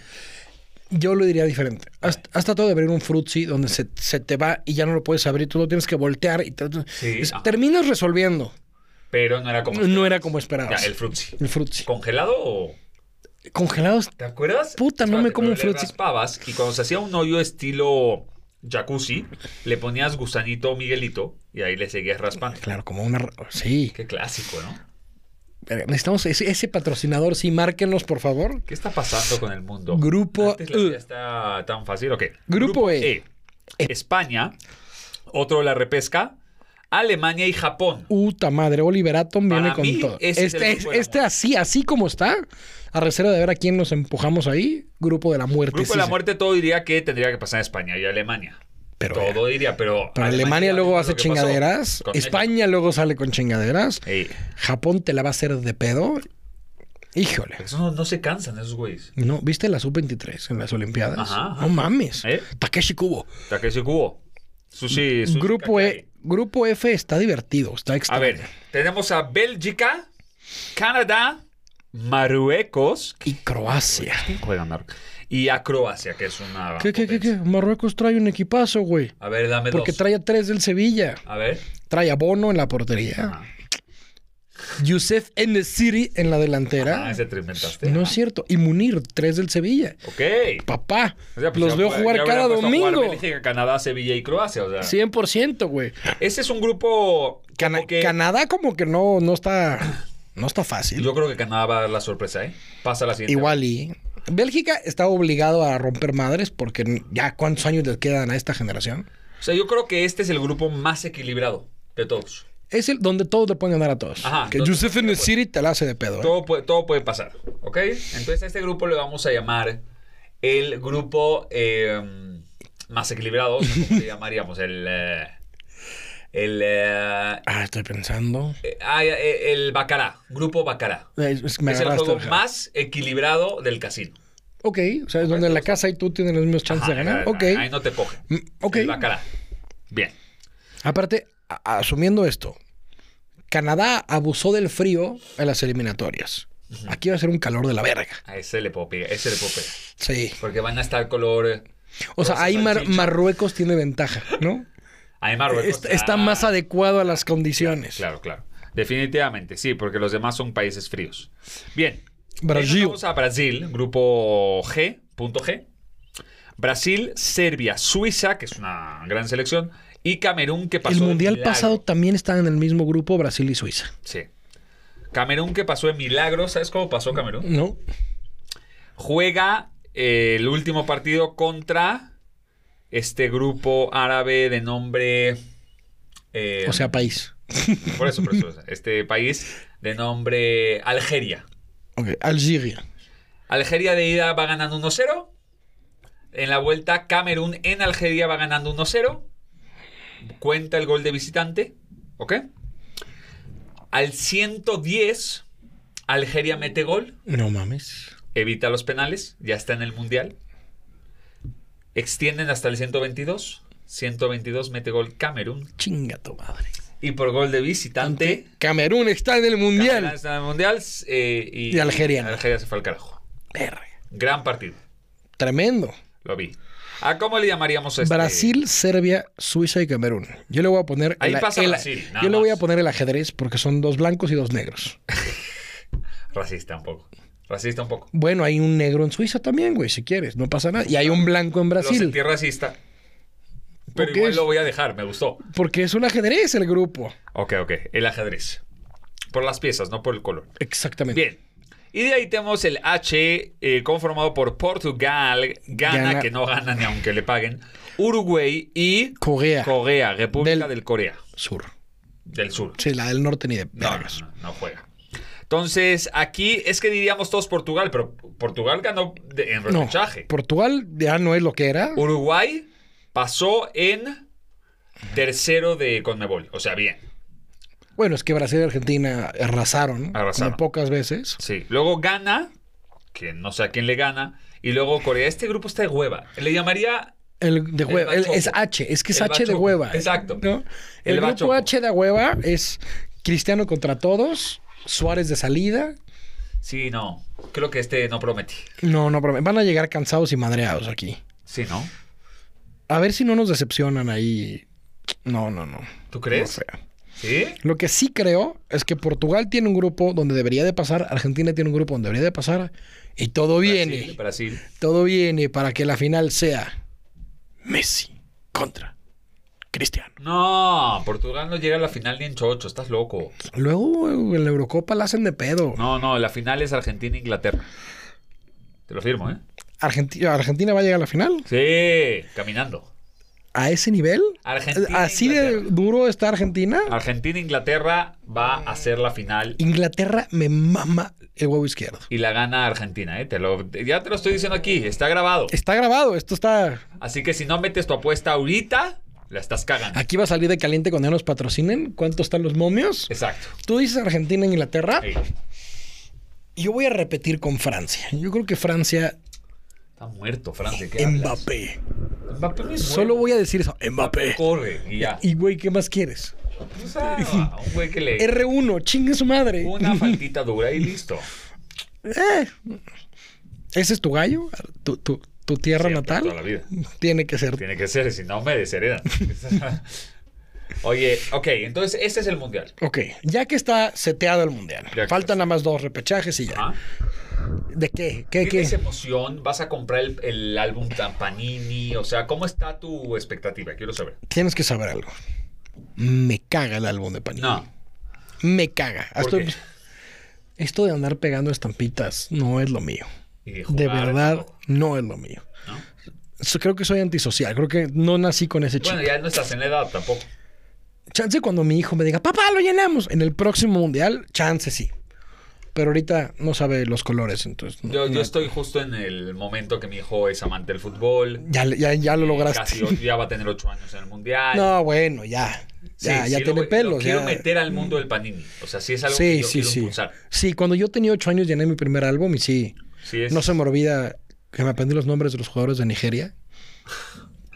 [SPEAKER 3] Yo lo diría diferente. Has, has tratado de abrir un frutzi donde se, se te va y ya no lo puedes abrir, tú lo tienes que voltear y te-
[SPEAKER 2] Sí,
[SPEAKER 3] es-
[SPEAKER 2] ajá.
[SPEAKER 3] terminas resolviendo.
[SPEAKER 2] Pero no era como...
[SPEAKER 3] No era como esperabas.
[SPEAKER 2] Ya, el frutzi.
[SPEAKER 3] El frutzi.
[SPEAKER 2] ¿Congelado o...?
[SPEAKER 3] Congelados.
[SPEAKER 2] ¿Te acuerdas?
[SPEAKER 3] Puta, no me como
[SPEAKER 2] pero
[SPEAKER 3] un
[SPEAKER 2] le
[SPEAKER 3] frutzi.
[SPEAKER 2] raspabas y cuando se hacía un hoyo estilo jacuzzi, le ponías gusanito o miguelito y ahí le seguías raspando.
[SPEAKER 3] Claro, como una. Sí.
[SPEAKER 2] Qué clásico, ¿no?
[SPEAKER 3] Pero Necesitamos ese, ese patrocinador. Sí, márquenos, por favor.
[SPEAKER 2] ¿Qué está pasando con el mundo?
[SPEAKER 3] Grupo
[SPEAKER 2] Antes la
[SPEAKER 3] E.
[SPEAKER 2] vida está tan fácil, ¿o qué?
[SPEAKER 3] Grupo E.
[SPEAKER 2] España, otro la repesca, Alemania y Japón.
[SPEAKER 3] Puta madre, Oliver Atom
[SPEAKER 2] Para
[SPEAKER 3] viene con
[SPEAKER 2] mí,
[SPEAKER 3] todo.
[SPEAKER 2] ese es el
[SPEAKER 3] este
[SPEAKER 2] grupo de la
[SPEAKER 3] este
[SPEAKER 2] muerte.
[SPEAKER 3] así, así como está, a reserva de ver a quién nos empujamos ahí, grupo de la muerte.
[SPEAKER 2] Grupo
[SPEAKER 3] este sí,
[SPEAKER 2] de la
[SPEAKER 3] sí.
[SPEAKER 2] muerte, todo diría que tendría que pasar en España y Alemania.
[SPEAKER 3] Pero,
[SPEAKER 2] todo diría, pero.
[SPEAKER 3] pero Alemania luego
[SPEAKER 2] lo
[SPEAKER 3] hace
[SPEAKER 2] que pasó
[SPEAKER 3] chingaderas,
[SPEAKER 2] con
[SPEAKER 3] España luego sale con chingaderas,
[SPEAKER 2] México. Ey,
[SPEAKER 3] Japón te la va a hacer de pedo. Híjole.
[SPEAKER 2] esos no, no se cansan, esos güeyes.
[SPEAKER 3] No, ¿viste la sub-23 en las Olimpiadas?
[SPEAKER 2] Ajá, ajá.
[SPEAKER 3] No mames.
[SPEAKER 2] ¿Eh?
[SPEAKER 3] Takeshi Kubo.
[SPEAKER 2] Takeshi Kubo. Sushi, sushi
[SPEAKER 3] Grupo,
[SPEAKER 2] Kakai.
[SPEAKER 3] e, grupo F está divertido, está
[SPEAKER 2] A
[SPEAKER 3] extraño.
[SPEAKER 2] ver, tenemos a Bélgica, Canadá, Marruecos.
[SPEAKER 3] Y Croacia.
[SPEAKER 2] ¿Quién juega Marruecos? Y a Croacia, que es una.
[SPEAKER 3] ¿Qué, qué, qué, qué?
[SPEAKER 2] potencia.
[SPEAKER 3] Marruecos trae un equipazo, güey.
[SPEAKER 2] A ver, dame
[SPEAKER 3] Porque
[SPEAKER 2] dos.
[SPEAKER 3] trae a tres del Sevilla.
[SPEAKER 2] A ver. Ah,
[SPEAKER 3] Trae a Bono en la portería.
[SPEAKER 2] Ajá.
[SPEAKER 3] Yusef Enesiri en la delantera.
[SPEAKER 2] Ah, ese te inventaste.
[SPEAKER 3] no
[SPEAKER 2] Ajá.
[SPEAKER 3] es cierto. Y Munir, tres del Sevilla.
[SPEAKER 2] Ok.
[SPEAKER 3] Papá,
[SPEAKER 2] O sea, pues
[SPEAKER 3] los
[SPEAKER 2] ya
[SPEAKER 3] veo
[SPEAKER 2] fue-
[SPEAKER 3] jugar
[SPEAKER 2] ya hubiera
[SPEAKER 3] cada
[SPEAKER 2] puesto a jugar
[SPEAKER 3] domingo.
[SPEAKER 2] Bélgica, Canadá, Sevilla y Croacia. O sea,
[SPEAKER 3] 100%, güey.
[SPEAKER 2] ese es un grupo.
[SPEAKER 3] Cana-
[SPEAKER 2] como que-
[SPEAKER 3] Canadá como que no, no está... No está fácil.
[SPEAKER 2] Yo creo que Canadá va a dar la sorpresa, ¿eh? Pasa a la siguiente.
[SPEAKER 3] Igual y... Bélgica está obligado a romper madres porque ya cuántos años les quedan a esta generación.
[SPEAKER 2] O sea, yo creo que este es el grupo más equilibrado de todos.
[SPEAKER 3] Es el donde todos le pueden ganar a todos.
[SPEAKER 2] Ajá,
[SPEAKER 3] que
[SPEAKER 2] entonces-
[SPEAKER 3] Yusef Enesiri te la hace de pedo. ¿eh?
[SPEAKER 2] Todo puede, todo puede pasar, ¿ok? Entonces a este grupo le vamos a llamar el grupo eh, más equilibrado, o sea, ¿cómo le llamaríamos? El... eh, el... eh,
[SPEAKER 3] Ah, estoy pensando.
[SPEAKER 2] eh, ah, ya, eh, el Bacará, grupo Bacará.
[SPEAKER 3] Es, es que me
[SPEAKER 2] Es el
[SPEAKER 3] agarraste,
[SPEAKER 2] juego
[SPEAKER 3] ajá.
[SPEAKER 2] más equilibrado del casino.
[SPEAKER 3] Ok, o sea, es donde la casa y tú tienes los mismos chances de
[SPEAKER 2] Ajá,
[SPEAKER 3] ganar.
[SPEAKER 2] ajá,
[SPEAKER 3] Ok.
[SPEAKER 2] Ahí no te coge.
[SPEAKER 3] Mm, ok.
[SPEAKER 2] El Bacará. Bien.
[SPEAKER 3] Aparte, a- asumiendo esto, Canadá abusó del frío en las eliminatorias. Aquí va a ser un calor de la verga.
[SPEAKER 2] A ese le puedo pegar, ese le puedo pegar.
[SPEAKER 3] Sí.
[SPEAKER 2] Porque van a estar color... eh,
[SPEAKER 3] O sea,
[SPEAKER 2] rosa
[SPEAKER 3] ahí Mar-
[SPEAKER 2] salchicha.
[SPEAKER 3] Marruecos tiene ventaja, ¿no?
[SPEAKER 2] Ahí Marruecos
[SPEAKER 3] Está, está más adecuado a las condiciones.
[SPEAKER 2] Claro, claro. Definitivamente, sí, porque los demás son países fríos. Bien.
[SPEAKER 3] Brasil.
[SPEAKER 2] Ahí nos Vamos a Brasil, grupo G, punto G. Brasil, Serbia, Suiza, que es una gran selección, y Camerún, que pasó.
[SPEAKER 3] El
[SPEAKER 2] de
[SPEAKER 3] mundial
[SPEAKER 2] milagro.
[SPEAKER 3] pasado también estaban en el mismo grupo Brasil y Suiza.
[SPEAKER 2] Sí. Camerún, que pasó de milagro. ¿Sabes cómo pasó Camerún?
[SPEAKER 3] ¿No?
[SPEAKER 2] Juega eh, el último partido contra este grupo árabe de nombre. eh,
[SPEAKER 3] O sea, país.
[SPEAKER 2] por eso, por eso, este país de nombre Algeria.
[SPEAKER 3] Ok, Algeria.
[SPEAKER 2] Algeria de ida va ganando 1-0. En la vuelta, Camerún en Algeria va ganando 1-0. Cuenta el gol de visitante. ¿Ok? Al 110, Algeria mete gol.
[SPEAKER 3] No mames.
[SPEAKER 2] Evita los penales. Ya está en el mundial. Extienden hasta el 122. 122 mete gol Camerún.
[SPEAKER 3] Chinga tu madre.
[SPEAKER 2] Y por gol de visitante.
[SPEAKER 3] Camerún está en el
[SPEAKER 2] Camerún
[SPEAKER 3] mundial.
[SPEAKER 2] está en el mundial. eh, y,
[SPEAKER 3] Y Algeria no.
[SPEAKER 2] Algeria se fue al carajo.
[SPEAKER 3] Verga.
[SPEAKER 2] Gran partido.
[SPEAKER 3] Tremendo.
[SPEAKER 2] Lo vi. ¿A cómo le llamaríamos a este?
[SPEAKER 3] Brasil, Serbia, Suiza y Camerún. Yo le voy a poner.
[SPEAKER 2] Ahí
[SPEAKER 3] el-
[SPEAKER 2] pasa
[SPEAKER 3] el-
[SPEAKER 2] Brasil, nada
[SPEAKER 3] Yo le voy a
[SPEAKER 2] más.
[SPEAKER 3] poner el ajedrez porque son dos blancos y dos negros.
[SPEAKER 2] Racista un poco. Racista un poco.
[SPEAKER 3] Bueno, hay un negro en Suiza también, güey, si quieres, no pasa nada. Y hay un blanco en
[SPEAKER 2] Lo
[SPEAKER 3] Brasil.
[SPEAKER 2] sentí racista.
[SPEAKER 3] ¿Por
[SPEAKER 2] Pero
[SPEAKER 3] qué
[SPEAKER 2] igual
[SPEAKER 3] es?
[SPEAKER 2] lo voy a dejar, me gustó.
[SPEAKER 3] Porque es un ajedrez el grupo.
[SPEAKER 2] Ok, ok. El ajedrez. Por las piezas, no por el color.
[SPEAKER 3] Exactamente.
[SPEAKER 2] Bien. Y de ahí tenemos el H, eh, conformado por Portugal, Ghana,
[SPEAKER 3] Ghana.
[SPEAKER 2] que no gana ni aunque le paguen, Uruguay y
[SPEAKER 3] Corea
[SPEAKER 2] Corea, República
[SPEAKER 3] Del-
[SPEAKER 2] del, Corea
[SPEAKER 3] Sur.
[SPEAKER 2] del Sur.
[SPEAKER 3] Sí, la del norte ni de
[SPEAKER 2] No, no,
[SPEAKER 3] vergas.
[SPEAKER 2] no, no juega. Entonces, aquí es que diríamos todos Portugal, pero Portugal ganó de- en
[SPEAKER 3] No,
[SPEAKER 2] repechaje.
[SPEAKER 3] Portugal ya no es lo que era.
[SPEAKER 2] Uruguay pasó en tercero de Conmebol. O sea, bien.
[SPEAKER 3] Bueno, es que Brasil y Argentina arrasaron,
[SPEAKER 2] Arrasaron.
[SPEAKER 3] como pocas veces.
[SPEAKER 2] Sí. Luego gana, que no sé a quién le gana. Y luego Corea. Este grupo está de hueva. Le llamaría
[SPEAKER 3] El de
[SPEAKER 2] El
[SPEAKER 3] hueva. el- es
[SPEAKER 2] bachoco.
[SPEAKER 3] H, es que es
[SPEAKER 2] El
[SPEAKER 3] H de
[SPEAKER 2] bachoco,
[SPEAKER 3] hueva. ¿eh?
[SPEAKER 2] exacto.
[SPEAKER 3] ¿no? El,
[SPEAKER 2] El
[SPEAKER 3] grupo
[SPEAKER 2] bachoco.
[SPEAKER 3] H de hueva es Cristiano contra todos, Suárez de salida.
[SPEAKER 2] Sí, no. Creo que este no promete.
[SPEAKER 3] No, no, pero van a llegar cansados y madreados aquí.
[SPEAKER 2] Sí, ¿no?
[SPEAKER 3] A ver si no nos decepcionan ahí. No, no, no.
[SPEAKER 2] ¿Tú crees?
[SPEAKER 3] No, feo.
[SPEAKER 2] Sí.
[SPEAKER 3] Lo que sí creo es que Portugal tiene un grupo donde debería de pasar, Argentina tiene un grupo donde debería de pasar, y todo viene,
[SPEAKER 2] Brasil. Brasil.
[SPEAKER 3] todo viene para que la final sea Messi contra Cristiano.
[SPEAKER 2] No, Portugal no llega a la final ni en Chocho. Estás loco.
[SPEAKER 3] Luego en la Eurocopa la hacen de pedo.
[SPEAKER 2] No, no. La final es Argentina-Inglaterra. Te lo firmo, ¿eh?
[SPEAKER 3] Argenti- Argentina va a llegar a la final.
[SPEAKER 2] Sí. Caminando.
[SPEAKER 3] A ese nivel.
[SPEAKER 2] Argentina,
[SPEAKER 3] Así de
[SPEAKER 2] Inglaterra.
[SPEAKER 3] duro está Argentina.
[SPEAKER 2] Argentina-Inglaterra va a ser la final.
[SPEAKER 3] Inglaterra me mama el huevo izquierdo.
[SPEAKER 2] Y la gana Argentina, ¿eh? Te lo, ya te lo estoy diciendo aquí, está grabado.
[SPEAKER 3] Está grabado, esto está.
[SPEAKER 2] Así que si no metes tu apuesta ahorita, la estás cagando.
[SPEAKER 3] Aquí va a salir de caliente cuando ya nos patrocinen. ¿Cuánto están los momios?
[SPEAKER 2] Exacto.
[SPEAKER 3] Tú dices Argentina, Inglaterra.
[SPEAKER 2] Sí.
[SPEAKER 3] Yo voy a repetir con Francia. Yo creo que Francia,
[SPEAKER 2] Está muerto, Francia. ¿qué hablas?
[SPEAKER 3] Mbappé.
[SPEAKER 2] Mbappé no es bueno.
[SPEAKER 3] Solo voy a decir eso. Mbappé.
[SPEAKER 2] Corre y ya.
[SPEAKER 3] Y güey, ¿qué más quieres?
[SPEAKER 2] O sea, un güey que le...
[SPEAKER 3] R1, chingue su madre.
[SPEAKER 2] Una faltita dura y listo.
[SPEAKER 3] Eh. ¿Ese es tu gallo? ¿Tu, tu- tu tierra
[SPEAKER 2] Siempre,
[SPEAKER 3] natal?
[SPEAKER 2] toda la vida.
[SPEAKER 3] Tiene que ser.
[SPEAKER 2] Tiene que ser, si no me desheredan. Oye, ok, entonces este es el mundial.
[SPEAKER 3] Ok, ya que está seteado el mundial,
[SPEAKER 2] Ya que está.
[SPEAKER 3] faltan nada más dos repechajes y ya.
[SPEAKER 2] ¿Ah?
[SPEAKER 3] ¿De qué? ¿Qué?
[SPEAKER 2] ¿Tienes
[SPEAKER 3] ¿Qué?
[SPEAKER 2] emoción? ¿Vas a comprar el, el álbum tan Panini? O sea, ¿cómo está tu expectativa? Quiero saber.
[SPEAKER 3] Tienes que saber algo. Me caga el álbum de Panini.
[SPEAKER 2] No.
[SPEAKER 3] Me caga.
[SPEAKER 2] ¿Por
[SPEAKER 3] Esto-
[SPEAKER 2] qué?
[SPEAKER 3] esto de andar pegando estampitas no es lo mío.
[SPEAKER 2] Y
[SPEAKER 3] De
[SPEAKER 2] jugar,
[SPEAKER 3] verdad,
[SPEAKER 2] ¿no?
[SPEAKER 3] eh, no es lo mío.
[SPEAKER 2] ¿No?
[SPEAKER 3] So- Creo que soy antisocial. Creo que no nací con ese chip.
[SPEAKER 2] Bueno, ya no estás en la edad tampoco.
[SPEAKER 3] Chance cuando mi hijo me diga, papá, lo llenamos. En el próximo mundial, chance sí. Pero ahorita no sabe los colores, entonces. no-
[SPEAKER 2] Yo, yo
[SPEAKER 3] no-
[SPEAKER 2] estoy justo en el momento que mi hijo es amante del fútbol.
[SPEAKER 3] Ya, le- ya, ya lo
[SPEAKER 2] Eh,
[SPEAKER 3] lograste.
[SPEAKER 2] Casi o- ya va a tener ocho años en el mundial.
[SPEAKER 3] no, bueno, ya.
[SPEAKER 2] Sí,
[SPEAKER 3] Ya,
[SPEAKER 2] sí
[SPEAKER 3] ya
[SPEAKER 2] lo
[SPEAKER 3] tiene
[SPEAKER 2] voy- lo
[SPEAKER 3] pelos.
[SPEAKER 2] quiero
[SPEAKER 3] ya.
[SPEAKER 2] meter al mundo del panini. O sea, sí es algo que
[SPEAKER 3] Sí,
[SPEAKER 2] yo
[SPEAKER 3] sí,
[SPEAKER 2] quiero
[SPEAKER 3] sí.
[SPEAKER 2] impulsar.
[SPEAKER 3] Sí, cuando yo tenía ocho años llené mi primer álbum y sí.
[SPEAKER 2] Sí es-
[SPEAKER 3] No se me olvida que me aprendí los nombres de los jugadores de Nigeria.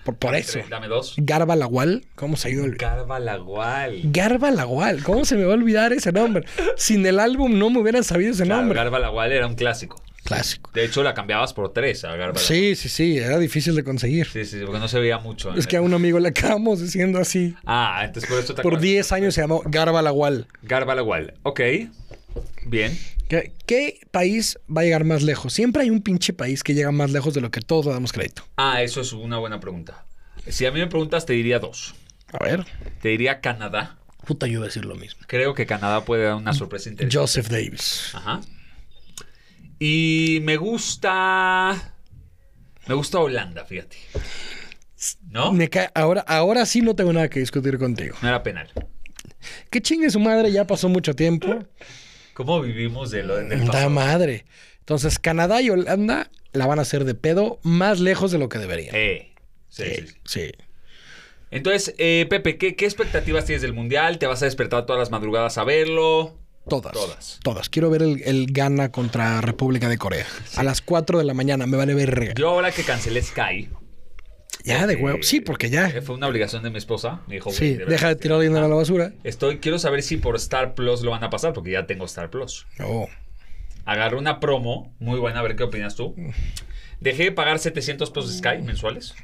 [SPEAKER 3] Por, por eso.
[SPEAKER 2] Dame dos.
[SPEAKER 3] Garba Lawal, ¿cómo se ha ido el
[SPEAKER 2] Carva Lagual.
[SPEAKER 3] Garba Lagual, ¿cómo se me va a olvidar ese nombre? Sin el álbum no me hubieran sabido ese
[SPEAKER 2] Claro,
[SPEAKER 3] nombre.
[SPEAKER 2] Garba Lagual era un clásico.
[SPEAKER 3] Clásico.
[SPEAKER 2] De hecho, la cambiabas por tres a Garba Lagual.
[SPEAKER 3] Sí, sí, sí, era difícil de conseguir.
[SPEAKER 2] Sí, sí, porque no se veía mucho. en
[SPEAKER 3] Es que
[SPEAKER 2] el-
[SPEAKER 3] a un amigo le acabamos diciendo así.
[SPEAKER 2] Ah, entonces por eso te
[SPEAKER 3] Por
[SPEAKER 2] acuerdas.
[SPEAKER 3] 10 años se llamó Garba Lagual.
[SPEAKER 2] Garba Lagual. Ok. Bien.
[SPEAKER 3] ¿Qué, qué país va a llegar más lejos? Siempre hay un pinche país que llega más lejos de lo que todos le damos crédito.
[SPEAKER 2] Ah, eso es una buena pregunta. Si a mí me preguntas, te diría dos.
[SPEAKER 3] A ver.
[SPEAKER 2] Te diría Canadá.
[SPEAKER 3] Puta, yo iba a decir lo mismo.
[SPEAKER 2] Creo que Canadá puede dar una sorpresa interesante.
[SPEAKER 3] Joseph Davis.
[SPEAKER 2] Ajá. Y me gusta. Me gusta Holanda, fíjate. ¿No?
[SPEAKER 3] Me cae- ahora, ahora sí no tengo nada que discutir contigo.
[SPEAKER 2] No era penal.
[SPEAKER 3] Que chingue su madre, ya pasó mucho tiempo.
[SPEAKER 2] ¿Cómo vivimos de lo del
[SPEAKER 3] Da
[SPEAKER 2] pasado?
[SPEAKER 3] madre. Entonces, Canadá y Holanda la van a hacer de pedo más lejos de lo que deberían.
[SPEAKER 2] Eh, sí, sí, sí.
[SPEAKER 3] Sí.
[SPEAKER 2] Entonces, eh, Pepe, ¿qué, ¿qué expectativas tienes del Mundial? ¿Te vas a despertar todas las madrugadas a verlo?
[SPEAKER 3] Todas. Todas.
[SPEAKER 2] Todas.
[SPEAKER 3] Quiero ver el, el Ghana contra República de Corea. A las 4 de la mañana me vale verga.
[SPEAKER 2] Yo ahora que cancelé Sky,
[SPEAKER 3] ya de huevo.
[SPEAKER 2] eh,
[SPEAKER 3] Sí, porque ya.
[SPEAKER 2] eh, fue una obligación de mi esposa. Me dijo,
[SPEAKER 3] Ah. Sí,
[SPEAKER 2] "Güey, verdad,
[SPEAKER 3] deja de
[SPEAKER 2] sí".
[SPEAKER 3] tirar dinero a la basura.
[SPEAKER 2] Estoy, quiero saber si por Star Plus lo van a pasar, porque ya tengo Star Plus.
[SPEAKER 3] No.
[SPEAKER 2] Agarré una promo, muy buena, a ver qué opinas tú. Dejé de pagar 700 pesos de Sky mensuales.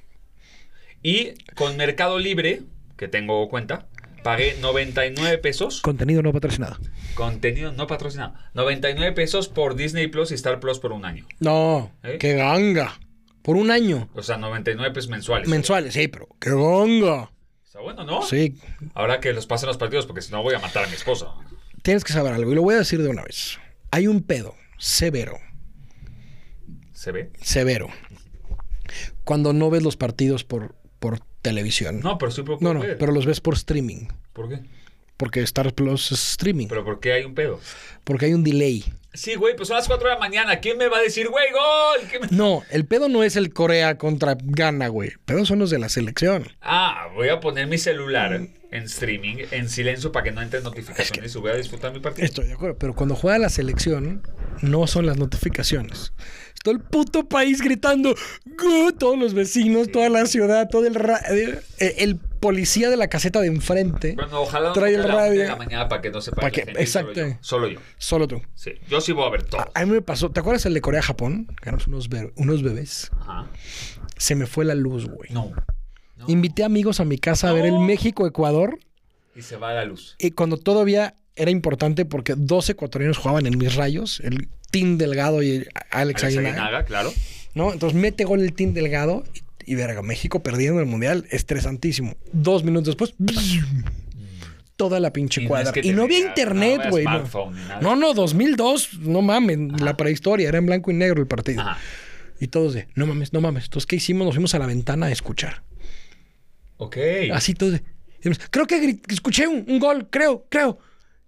[SPEAKER 2] Y con Mercado Libre, que tengo cuenta, Pagué 99 pesos.
[SPEAKER 3] Contenido no patrocinado.
[SPEAKER 2] Contenido no patrocinado. 99 pesos por Disney Plus y Star Plus por un año.
[SPEAKER 3] No,
[SPEAKER 2] ¿Eh?
[SPEAKER 3] qué ganga. Por un año.
[SPEAKER 2] O sea, 99 pesos mensuales.
[SPEAKER 3] Mensuales, sí, pero qué ganga.
[SPEAKER 2] Está bueno, ¿no?
[SPEAKER 3] Sí,
[SPEAKER 2] Ahora que los pasen los partidos, porque si no voy a matar a mi esposa.
[SPEAKER 3] tienes que saber algo y lo voy a decir de una vez. Hay un pedo severo,
[SPEAKER 2] ¿Se ve?
[SPEAKER 3] severo. Cuando no ves los partidos por, por televisión.
[SPEAKER 2] No, pero sí puedo
[SPEAKER 3] no, no,
[SPEAKER 2] ver.
[SPEAKER 3] pero los ves por streaming.
[SPEAKER 2] ¿Por qué?
[SPEAKER 3] Porque Star Plus es streaming.
[SPEAKER 2] ¿Pero por qué hay un pedo?
[SPEAKER 3] Porque hay un delay.
[SPEAKER 2] Sí, güey, pues son las 4 de la mañana. ¿Quién me va a decir, güey, gol? ¿Quién me-
[SPEAKER 3] No, el pedo no es el Corea contra Ghana, güey. El pedo son los de la selección.
[SPEAKER 2] Ah, voy a poner mi celular en streaming, en silencio, para que no entren notificaciones y voy a disfrutar mi partido.
[SPEAKER 3] Estoy de acuerdo, pero cuando juega la selección, no son las notificaciones. Es Todo el puto país gritando, "Gol", todos los vecinos, toda la ciudad, todo el radio. El policía de la caseta de enfrente,
[SPEAKER 2] Bueno, ojalá no
[SPEAKER 3] Trae
[SPEAKER 2] toque
[SPEAKER 3] el
[SPEAKER 2] a la una de
[SPEAKER 3] radio.
[SPEAKER 2] la mañana para que no sepa
[SPEAKER 3] Para
[SPEAKER 2] la
[SPEAKER 3] que-
[SPEAKER 2] gente, solo
[SPEAKER 3] exacto.
[SPEAKER 2] yo, Solo yo.
[SPEAKER 3] solo tú.
[SPEAKER 2] Sí, yo sí voy a ver todo.
[SPEAKER 3] A mí me pasó, ¿te acuerdas el de Corea-Japón? Ganamos unos, be- unos bebés.
[SPEAKER 2] Ajá.
[SPEAKER 3] Se me fue la luz, güey.
[SPEAKER 2] No. No.
[SPEAKER 3] Invité amigos a mi casa a ver el
[SPEAKER 2] No.
[SPEAKER 3] México-Ecuador
[SPEAKER 2] Y se va la luz.
[SPEAKER 3] y cuando todavía era importante porque dos ecuatorianos jugaban en mis rayos, el Tim Delgado y el
[SPEAKER 2] Alex
[SPEAKER 3] Alex, Aguinaga.
[SPEAKER 2] Aguinaga, claro.
[SPEAKER 3] ¿no? Entonces mete gol el Team Delgado y, y verga, México perdiendo el mundial, estresantísimo. Dos minutos después, toda la pinche
[SPEAKER 2] Y no
[SPEAKER 3] cuadra.
[SPEAKER 2] es que
[SPEAKER 3] y
[SPEAKER 2] te
[SPEAKER 3] no había
[SPEAKER 2] veas,
[SPEAKER 3] internet,
[SPEAKER 2] no había
[SPEAKER 3] güey. No.
[SPEAKER 2] smartphone ni nada.
[SPEAKER 3] no, no, 2002, no mames, la prehistoria, era en blanco y negro el partido.
[SPEAKER 2] Ajá.
[SPEAKER 3] Y todos de, no mames, no mames. Entonces, ¿qué hicimos? Nos fuimos a la ventana a escuchar.
[SPEAKER 2] Ok.
[SPEAKER 3] Así todos de, y nos- creo que gri- escuché un, un gol, creo, creo.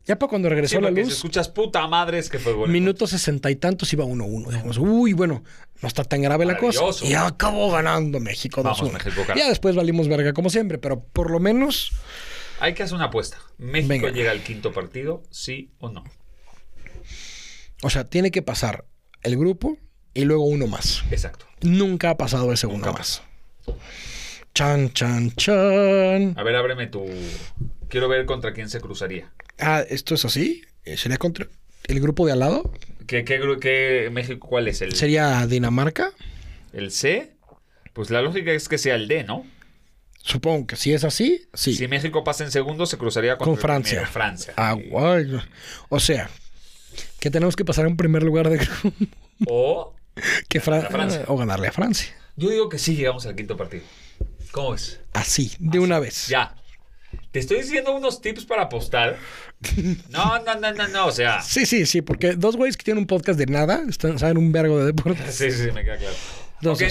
[SPEAKER 3] Ya para cuando
[SPEAKER 2] Sí,
[SPEAKER 3] regresó la
[SPEAKER 2] porque si
[SPEAKER 3] luz.
[SPEAKER 2] escuchas puta madre es que fue gol.
[SPEAKER 3] Minuto sesenta y tantos iba 1-1. Dijimos, uy, bueno, no está tan grave la cosa.
[SPEAKER 2] Maravilloso.
[SPEAKER 3] Y acabó ganando México
[SPEAKER 2] Vamos,
[SPEAKER 3] 2-1.
[SPEAKER 2] México, carajo.
[SPEAKER 3] ya después valimos verga como siempre, pero por lo menos
[SPEAKER 2] Hay que hacer una apuesta. ¿México
[SPEAKER 3] Venga.
[SPEAKER 2] llega al quinto partido, sí o no?
[SPEAKER 3] O sea, tiene que pasar el grupo y luego uno más.
[SPEAKER 2] Exacto.
[SPEAKER 3] Nunca ha pasado ese uno más. Chan, chan, chan.
[SPEAKER 2] A ver, ábreme tu. Quiero ver contra quién se cruzaría.
[SPEAKER 3] Ah, ¿esto es así? Eh, ¿Sería contra el grupo de al lado?
[SPEAKER 2] ¿Qué, qué, gru- qué- México cuál es? ¿El,
[SPEAKER 3] ¿Sería Dinamarca?
[SPEAKER 2] ¿El C? Pues la lógica es que sea el D, ¿no?
[SPEAKER 3] Supongo que si es así, sí.
[SPEAKER 2] Si México pasa en segundo, se cruzaría contra
[SPEAKER 3] Con
[SPEAKER 2] el
[SPEAKER 3] Francia.
[SPEAKER 2] primero, Francia.
[SPEAKER 3] Ah, guay. O sea, que tenemos que pasar en primer lugar de grupo.
[SPEAKER 2] O.
[SPEAKER 3] que Fran-
[SPEAKER 2] A Francia.
[SPEAKER 3] o ganarle a Francia.
[SPEAKER 2] Yo digo que sí llegamos al quinto partido. ¿Cómo es?
[SPEAKER 3] Así, de una vez.
[SPEAKER 2] Ya. Te estoy diciendo unos tips para apostar. No, no, no, no, no. O sea.
[SPEAKER 3] Sí, sí, sí, porque dos güeyes que tienen un podcast de nada están, saben un vergo de deportes.
[SPEAKER 2] Sí, sí, sí, me queda claro.
[SPEAKER 3] Entonces-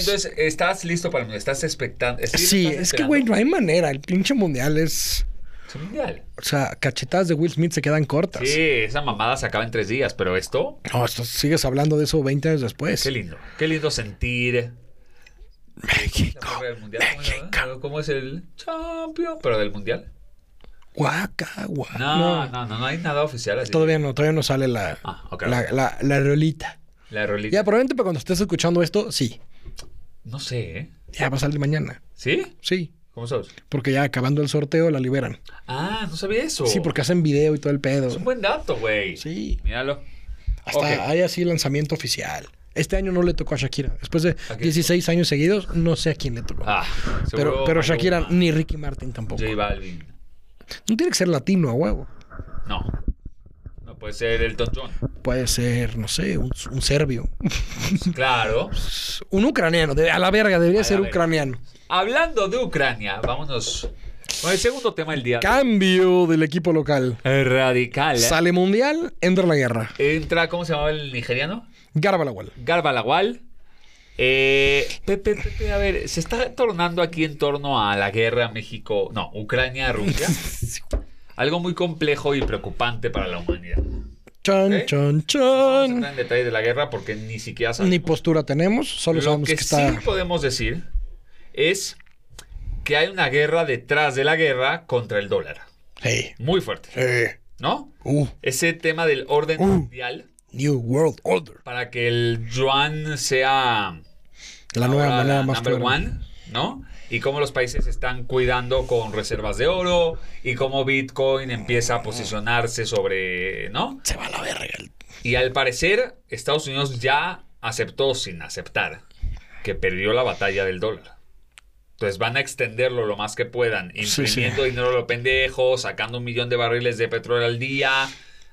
[SPEAKER 2] ok, entonces, ¿estás listo para el mundial? ¿Estás expectando?
[SPEAKER 3] Sí, es que, güey, no hay manera. El pinche mundial es.
[SPEAKER 2] Es un mundial.
[SPEAKER 3] O sea, cachetadas de Will Smith se quedan cortas.
[SPEAKER 2] Sí, esa mamada se acaba en tres días, pero esto,
[SPEAKER 3] No, esto- sigues hablando de eso 20 años después.
[SPEAKER 2] qué lindo. Qué lindo sentir.
[SPEAKER 3] México.
[SPEAKER 2] El mundial, ¿cómo se llama? ¿Cómo es el champion? Pero del mundial.
[SPEAKER 3] Guaca, guaca.
[SPEAKER 2] No, no, no, no, hay nada oficial así.
[SPEAKER 3] Ah, Todavía no, todavía no sale la,
[SPEAKER 2] Ah, ok.
[SPEAKER 3] la, la, la rolita.
[SPEAKER 2] La rolita.
[SPEAKER 3] Ya, probablemente para cuando estés escuchando esto, sí.
[SPEAKER 2] No sé, ¿eh?
[SPEAKER 3] Ya va a salir mañana.
[SPEAKER 2] ¿Sí?
[SPEAKER 3] Sí.
[SPEAKER 2] ¿Cómo sabes?
[SPEAKER 3] Porque ya acabando el sorteo la liberan.
[SPEAKER 2] Ah, no sabía eso.
[SPEAKER 3] Sí, porque hacen video y todo el pedo.
[SPEAKER 2] Es un buen dato, güey.
[SPEAKER 3] Sí.
[SPEAKER 2] Míralo.
[SPEAKER 3] Hasta
[SPEAKER 2] Ok.
[SPEAKER 3] hay así lanzamiento oficial. Este año no le tocó a Shakira. Después de
[SPEAKER 2] quién?
[SPEAKER 3] 16 años seguidos, no sé a quién le tocó.
[SPEAKER 2] Ah,
[SPEAKER 3] pero
[SPEAKER 2] seguro
[SPEAKER 3] pero
[SPEAKER 2] Maluma,
[SPEAKER 3] Shakira ni Ricky Martin tampoco.
[SPEAKER 2] J Balvin.
[SPEAKER 3] No tiene que ser latino a huevo.
[SPEAKER 2] No. No puede ser el John.
[SPEAKER 3] Puede ser, no sé, un, un serbio.
[SPEAKER 2] Claro.
[SPEAKER 3] un ucraniano. de- a la verga, debería
[SPEAKER 2] A la
[SPEAKER 3] ser
[SPEAKER 2] verga.
[SPEAKER 3] ucraniano.
[SPEAKER 2] Hablando de Ucrania, vámonos con el segundo tema del día.
[SPEAKER 3] Cambio del equipo local.
[SPEAKER 2] Radical. ¿eh?
[SPEAKER 3] Sale mundial, entra la guerra.
[SPEAKER 2] Entra, ¿cómo se llamaba el nigeriano?
[SPEAKER 3] Garbalawal.
[SPEAKER 2] Garba Lawal. Eh, Pepe, Pepe, a ver, se está tornando aquí en torno a la guerra México, no, Ucrania-Rusia. Algo muy complejo y preocupante para la humanidad.
[SPEAKER 3] Chan,
[SPEAKER 2] ¿Eh?
[SPEAKER 3] chan,
[SPEAKER 2] No se
[SPEAKER 3] chan.
[SPEAKER 2] entra en detalle de la guerra porque ni siquiera sabemos.
[SPEAKER 3] Ah, Ni postura tenemos, solo
[SPEAKER 2] Lo
[SPEAKER 3] sabemos
[SPEAKER 2] que
[SPEAKER 3] que, está.
[SPEAKER 2] sí podemos decir es que hay una guerra detrás de la guerra contra el dólar.
[SPEAKER 3] Sí.
[SPEAKER 2] Muy fuerte,
[SPEAKER 3] Sí.
[SPEAKER 2] ¿no?
[SPEAKER 3] Uh,
[SPEAKER 2] Ese tema del orden
[SPEAKER 3] Uh.
[SPEAKER 2] mundial
[SPEAKER 3] New World Order.
[SPEAKER 2] para que el yuan sea
[SPEAKER 3] La nueva
[SPEAKER 2] ahora
[SPEAKER 3] manera
[SPEAKER 2] la
[SPEAKER 3] más
[SPEAKER 2] number
[SPEAKER 3] tolerante.
[SPEAKER 2] one, ¿no? Y cómo los países están cuidando con reservas de oro y cómo Bitcoin empieza a posicionarse sobre, ¿no?
[SPEAKER 3] Se va a la verga. el-
[SPEAKER 2] Y al parecer Estados Unidos ya aceptó sin aceptar que perdió la batalla del dólar. Entonces van a extenderlo lo más que puedan,
[SPEAKER 3] Sí,
[SPEAKER 2] imprimiendo dinero a lo pendejo, sacando un millón de barriles de petróleo al día.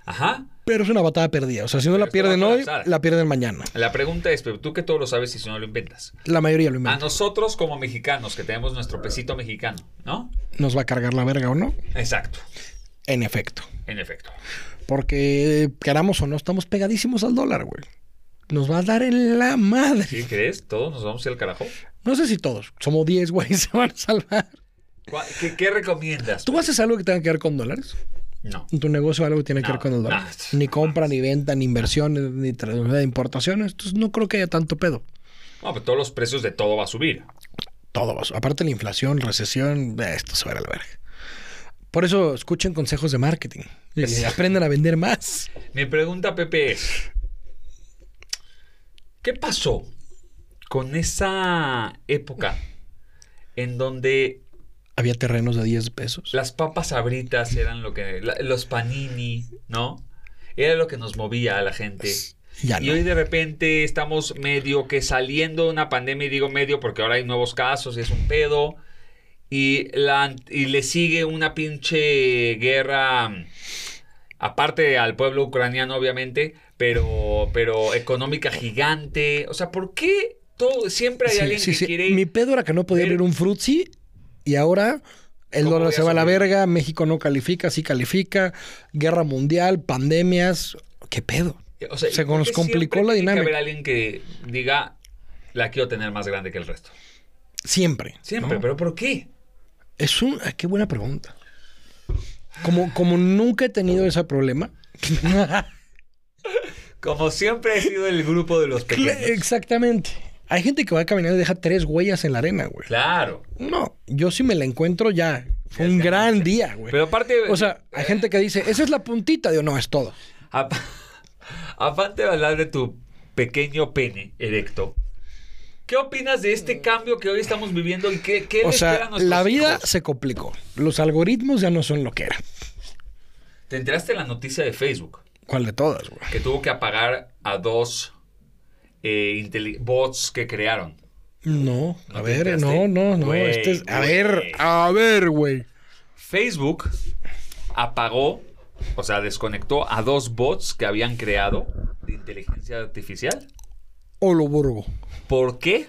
[SPEAKER 2] Ajá.
[SPEAKER 3] Pero es una batalla perdida. O sea, si no
[SPEAKER 2] Pero esto
[SPEAKER 3] la
[SPEAKER 2] va a
[SPEAKER 3] pierden hoy,
[SPEAKER 2] colapsar.
[SPEAKER 3] la pierden mañana.
[SPEAKER 2] La pregunta es, pero tú que todo lo sabes y si no lo inventas.
[SPEAKER 3] La mayoría lo
[SPEAKER 2] A
[SPEAKER 3] inventa.
[SPEAKER 2] nosotros como mexicanos, que tenemos nuestro pesito mexicano, ¿no?
[SPEAKER 3] ¿Nos va a cargar la verga o no?
[SPEAKER 2] Exacto,
[SPEAKER 3] En efecto.
[SPEAKER 2] en efecto.
[SPEAKER 3] Porque queramos o no, estamos pegadísimos al dólar, güey. Nos va a dar en la madre.
[SPEAKER 2] ¿Sí crees? ¿Todos nos vamos a ir al carajo?
[SPEAKER 3] No sé si todos. Somos 10, güey, se van a salvar.
[SPEAKER 2] ¿Cuál- ¿Qué, qué recomiendas?
[SPEAKER 3] ¿Tú haces algo que tenga que ver con dólares?
[SPEAKER 2] No.
[SPEAKER 3] ¿En tu negocio algo que tiene que
[SPEAKER 2] No,
[SPEAKER 3] ver con el dólar?
[SPEAKER 2] no.
[SPEAKER 3] Ni compra, ni venta, ni inversiones, ni transferencia de importaciones. Entonces no creo que haya tanto pedo.
[SPEAKER 2] No, pero todos los precios de todo va a subir.
[SPEAKER 3] Todo va a su- Aparte la inflación, recesión, eh, esto se va a ir a la verga. Por eso escuchen consejos de marketing. Y
[SPEAKER 2] Sí.
[SPEAKER 3] aprendan a vender más.
[SPEAKER 2] Mi pregunta, Pepe, es: ¿qué pasó con esa época en donde
[SPEAKER 3] Había terrenos de 10 pesos.
[SPEAKER 2] las papas abritas eran lo que. la- los panini, ¿no? Era lo que nos movía a la gente.
[SPEAKER 3] Ya
[SPEAKER 2] Y
[SPEAKER 3] no.
[SPEAKER 2] hoy de repente estamos medio que saliendo de una pandemia, y digo medio porque ahora hay nuevos casos y es un pedo. Y, la, y le sigue una pinche guerra, mm, aparte al pueblo ucraniano obviamente, pero, pero económica gigante. O sea, ¿por qué todo, siempre hay
[SPEAKER 3] Sí,
[SPEAKER 2] alguien
[SPEAKER 3] sí,
[SPEAKER 2] que
[SPEAKER 3] sí.
[SPEAKER 2] quiere...
[SPEAKER 3] Mi pedo era que no podía
[SPEAKER 2] ver-
[SPEAKER 3] abrir un frutzi y ahora el
[SPEAKER 2] ¿Cómo
[SPEAKER 3] dólar
[SPEAKER 2] voy a
[SPEAKER 3] se va a la
[SPEAKER 2] subir?
[SPEAKER 3] verga, México no califica, sí califica, guerra mundial, pandemias. ¿Qué pedo?
[SPEAKER 2] o sea,
[SPEAKER 3] se
[SPEAKER 2] ¿por
[SPEAKER 3] nos
[SPEAKER 2] qué
[SPEAKER 3] complicó
[SPEAKER 2] siempre tiene
[SPEAKER 3] la
[SPEAKER 2] que
[SPEAKER 3] dinámica.
[SPEAKER 2] haber alguien que diga, la quiero tener más grande que el resto.
[SPEAKER 3] Siempre.
[SPEAKER 2] Siempre,
[SPEAKER 3] ¿no?
[SPEAKER 2] pero ¿por qué?
[SPEAKER 3] Es un. ah, Qué buena pregunta. Como, como nunca he tenido ese problema.
[SPEAKER 2] Como siempre he sido el grupo de los pequeños.
[SPEAKER 3] Exactamente. Hay gente que va caminando y deja tres huellas en la arena, güey.
[SPEAKER 2] Claro.
[SPEAKER 3] No, yo si me la encuentro ya. Fue un gran día, güey.
[SPEAKER 2] Pero aparte,
[SPEAKER 3] pues. O sea, hay gente que dice, esa es la puntita. Digo, no, es todo.
[SPEAKER 2] ap- aparte de hablar de tu pequeño pene erecto, ¿qué opinas de este cambio que hoy estamos viviendo y qué, qué le
[SPEAKER 3] O
[SPEAKER 2] espera a
[SPEAKER 3] sea,
[SPEAKER 2] nuestros
[SPEAKER 3] la vida
[SPEAKER 2] hijos?
[SPEAKER 3] se complicó. Los algoritmos ya no son lo que eran.
[SPEAKER 2] ¿Te enteraste de la noticia de Facebook?
[SPEAKER 3] ¿Cuál de todas, güey?
[SPEAKER 2] Que tuvo que apagar a dos eh, inteli- bots que crearon.
[SPEAKER 3] No,
[SPEAKER 2] ¿No te
[SPEAKER 3] a ver,
[SPEAKER 2] enteraste?
[SPEAKER 3] no, no, no.
[SPEAKER 2] Güey,
[SPEAKER 3] este es- a
[SPEAKER 2] güey.
[SPEAKER 3] ver, a ver, güey.
[SPEAKER 2] Facebook apagó, o sea, desconectó a dos bots que habían creado de inteligencia artificial.
[SPEAKER 3] Oloburgo.
[SPEAKER 2] ¿Por qué?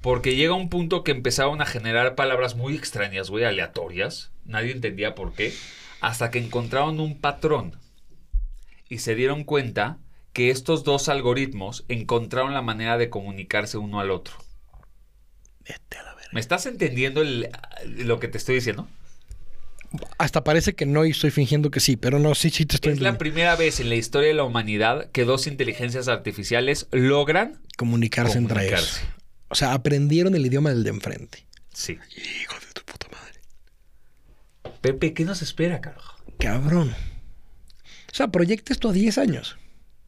[SPEAKER 2] Porque llega un punto que empezaron a generar palabras muy extrañas, güey, aleatorias. Nadie entendía por qué. Hasta que encontraron un patrón. Y se dieron cuenta que estos dos algoritmos encontraron la manera de comunicarse uno al otro.
[SPEAKER 3] Vete a la verga.
[SPEAKER 2] ¿Me estás entendiendo el- lo que te estoy diciendo?
[SPEAKER 3] Hasta parece que no y estoy fingiendo que sí, pero no, sí, sí te estoy
[SPEAKER 2] Es la
[SPEAKER 3] entendiendo.
[SPEAKER 2] primera vez en la historia de la humanidad que dos inteligencias artificiales logran
[SPEAKER 3] comunicarse, entre ellos.
[SPEAKER 2] comunicarse.
[SPEAKER 3] O sea, aprendieron el idioma del de enfrente.
[SPEAKER 2] Sí.
[SPEAKER 3] Hijo de tu puta madre.
[SPEAKER 2] Pepe, ¿qué nos espera, carajo?
[SPEAKER 3] Cabrón. O sea, proyecta esto a 10 años.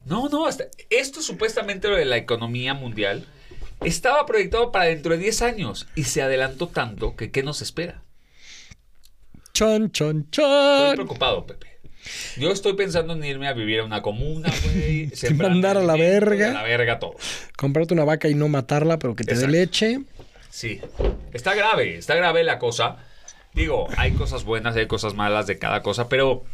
[SPEAKER 2] No, no, hasta- esto supuestamente lo de la economía mundial estaba proyectado para dentro de 10 años y se adelantó tanto que ¿qué nos espera?
[SPEAKER 3] Chon, chon,
[SPEAKER 2] Estoy
[SPEAKER 3] chon.
[SPEAKER 2] preocupado, Pepe. Yo estoy pensando en irme a vivir a una comuna, güey. sembrar
[SPEAKER 3] mandar a la
[SPEAKER 2] alimento,
[SPEAKER 3] verga.
[SPEAKER 2] A la verga todo.
[SPEAKER 3] Comprarte una vaca y no matarla, pero que te
[SPEAKER 2] Exacto.
[SPEAKER 3] dé leche.
[SPEAKER 2] Sí. Está grave, está grave la cosa. Digo, hay cosas buenas, hay cosas malas de cada cosa, pero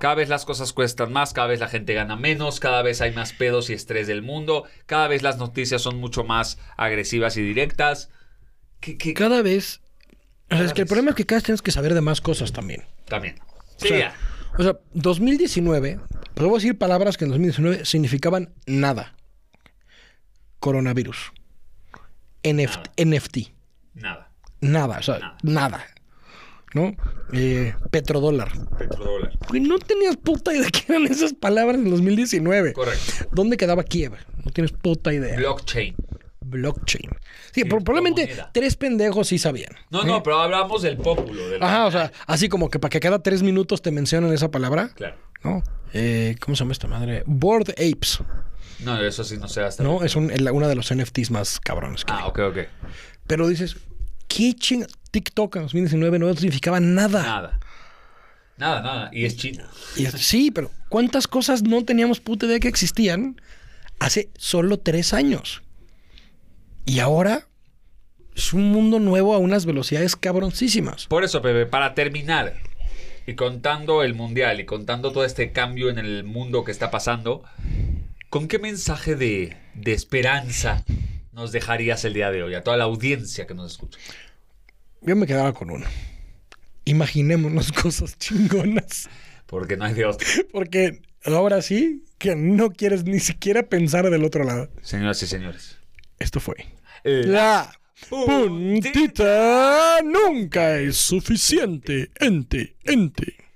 [SPEAKER 2] cada vez las cosas cuestan más, cada vez la gente gana menos, cada vez hay más pedos y estrés del mundo, cada vez las noticias son mucho más agresivas y directas. ¿Qué, qué-
[SPEAKER 3] Cada vez. O sea, es
[SPEAKER 2] Cada
[SPEAKER 3] que el
[SPEAKER 2] vez.
[SPEAKER 3] problema es que cada vez tienes que saber de más cosas también.
[SPEAKER 2] También.
[SPEAKER 3] O
[SPEAKER 2] Sí,
[SPEAKER 3] sea,
[SPEAKER 2] ya.
[SPEAKER 3] o sea 2019, puedo decir palabras que en 2019 significaban nada. Coronavirus. NF
[SPEAKER 2] Nada.
[SPEAKER 3] NFT.
[SPEAKER 2] nada.
[SPEAKER 3] Nada, o sea,
[SPEAKER 2] Nada.
[SPEAKER 3] nada. ¿No? Eh, petrodólar.
[SPEAKER 2] Petrodólar.
[SPEAKER 3] Güey, no tenías puta idea que eran esas palabras en 2019.
[SPEAKER 2] Correcto.
[SPEAKER 3] ¿Dónde quedaba Kiev? No tienes puta idea.
[SPEAKER 2] Blockchain.
[SPEAKER 3] Blockchain. Sí, pero probablemente
[SPEAKER 2] Criptomoneda.
[SPEAKER 3] tres pendejos sí sabían.
[SPEAKER 2] No, no, pero hablamos del pópulo. Del
[SPEAKER 3] Ajá, o sea, así como que para que cada tres minutos te mencionen esa palabra,
[SPEAKER 2] Claro.
[SPEAKER 3] ¿no? Eh, ¿Cómo se llama esta madre? Board Apes,
[SPEAKER 2] No, eso sí no sé hasta.
[SPEAKER 3] ¿no? Es un, una de los NFTs más cabrones que hay.
[SPEAKER 2] Ah, ok, ok.
[SPEAKER 3] Pero dices, ¿qué ching... TikTok en 2019 no significaba nada.
[SPEAKER 2] Nada. Nada, nada. Y es China.
[SPEAKER 3] Y es- sí, pero ¿cuántas cosas no teníamos puta idea que existían hace solo tres años? Y ahora Es un mundo nuevo a unas velocidades cabroncísimas.
[SPEAKER 2] Por eso, Pepe, para terminar y contando el mundial y contando todo este cambio en el mundo que está pasando, ¿con qué mensaje de, de esperanza nos dejarías el día de hoy a toda la audiencia que nos escucha?
[SPEAKER 3] Yo me quedaba con uno. Imaginémonos cosas chingonas.
[SPEAKER 2] Porque no hay de otro.
[SPEAKER 3] Porque ahora sí que no quieres ni siquiera pensar del otro lado.
[SPEAKER 2] Señoras y señores. Eh,
[SPEAKER 3] Esto fue.
[SPEAKER 2] La-
[SPEAKER 3] La puntita nunca es suficiente. Ente, ente.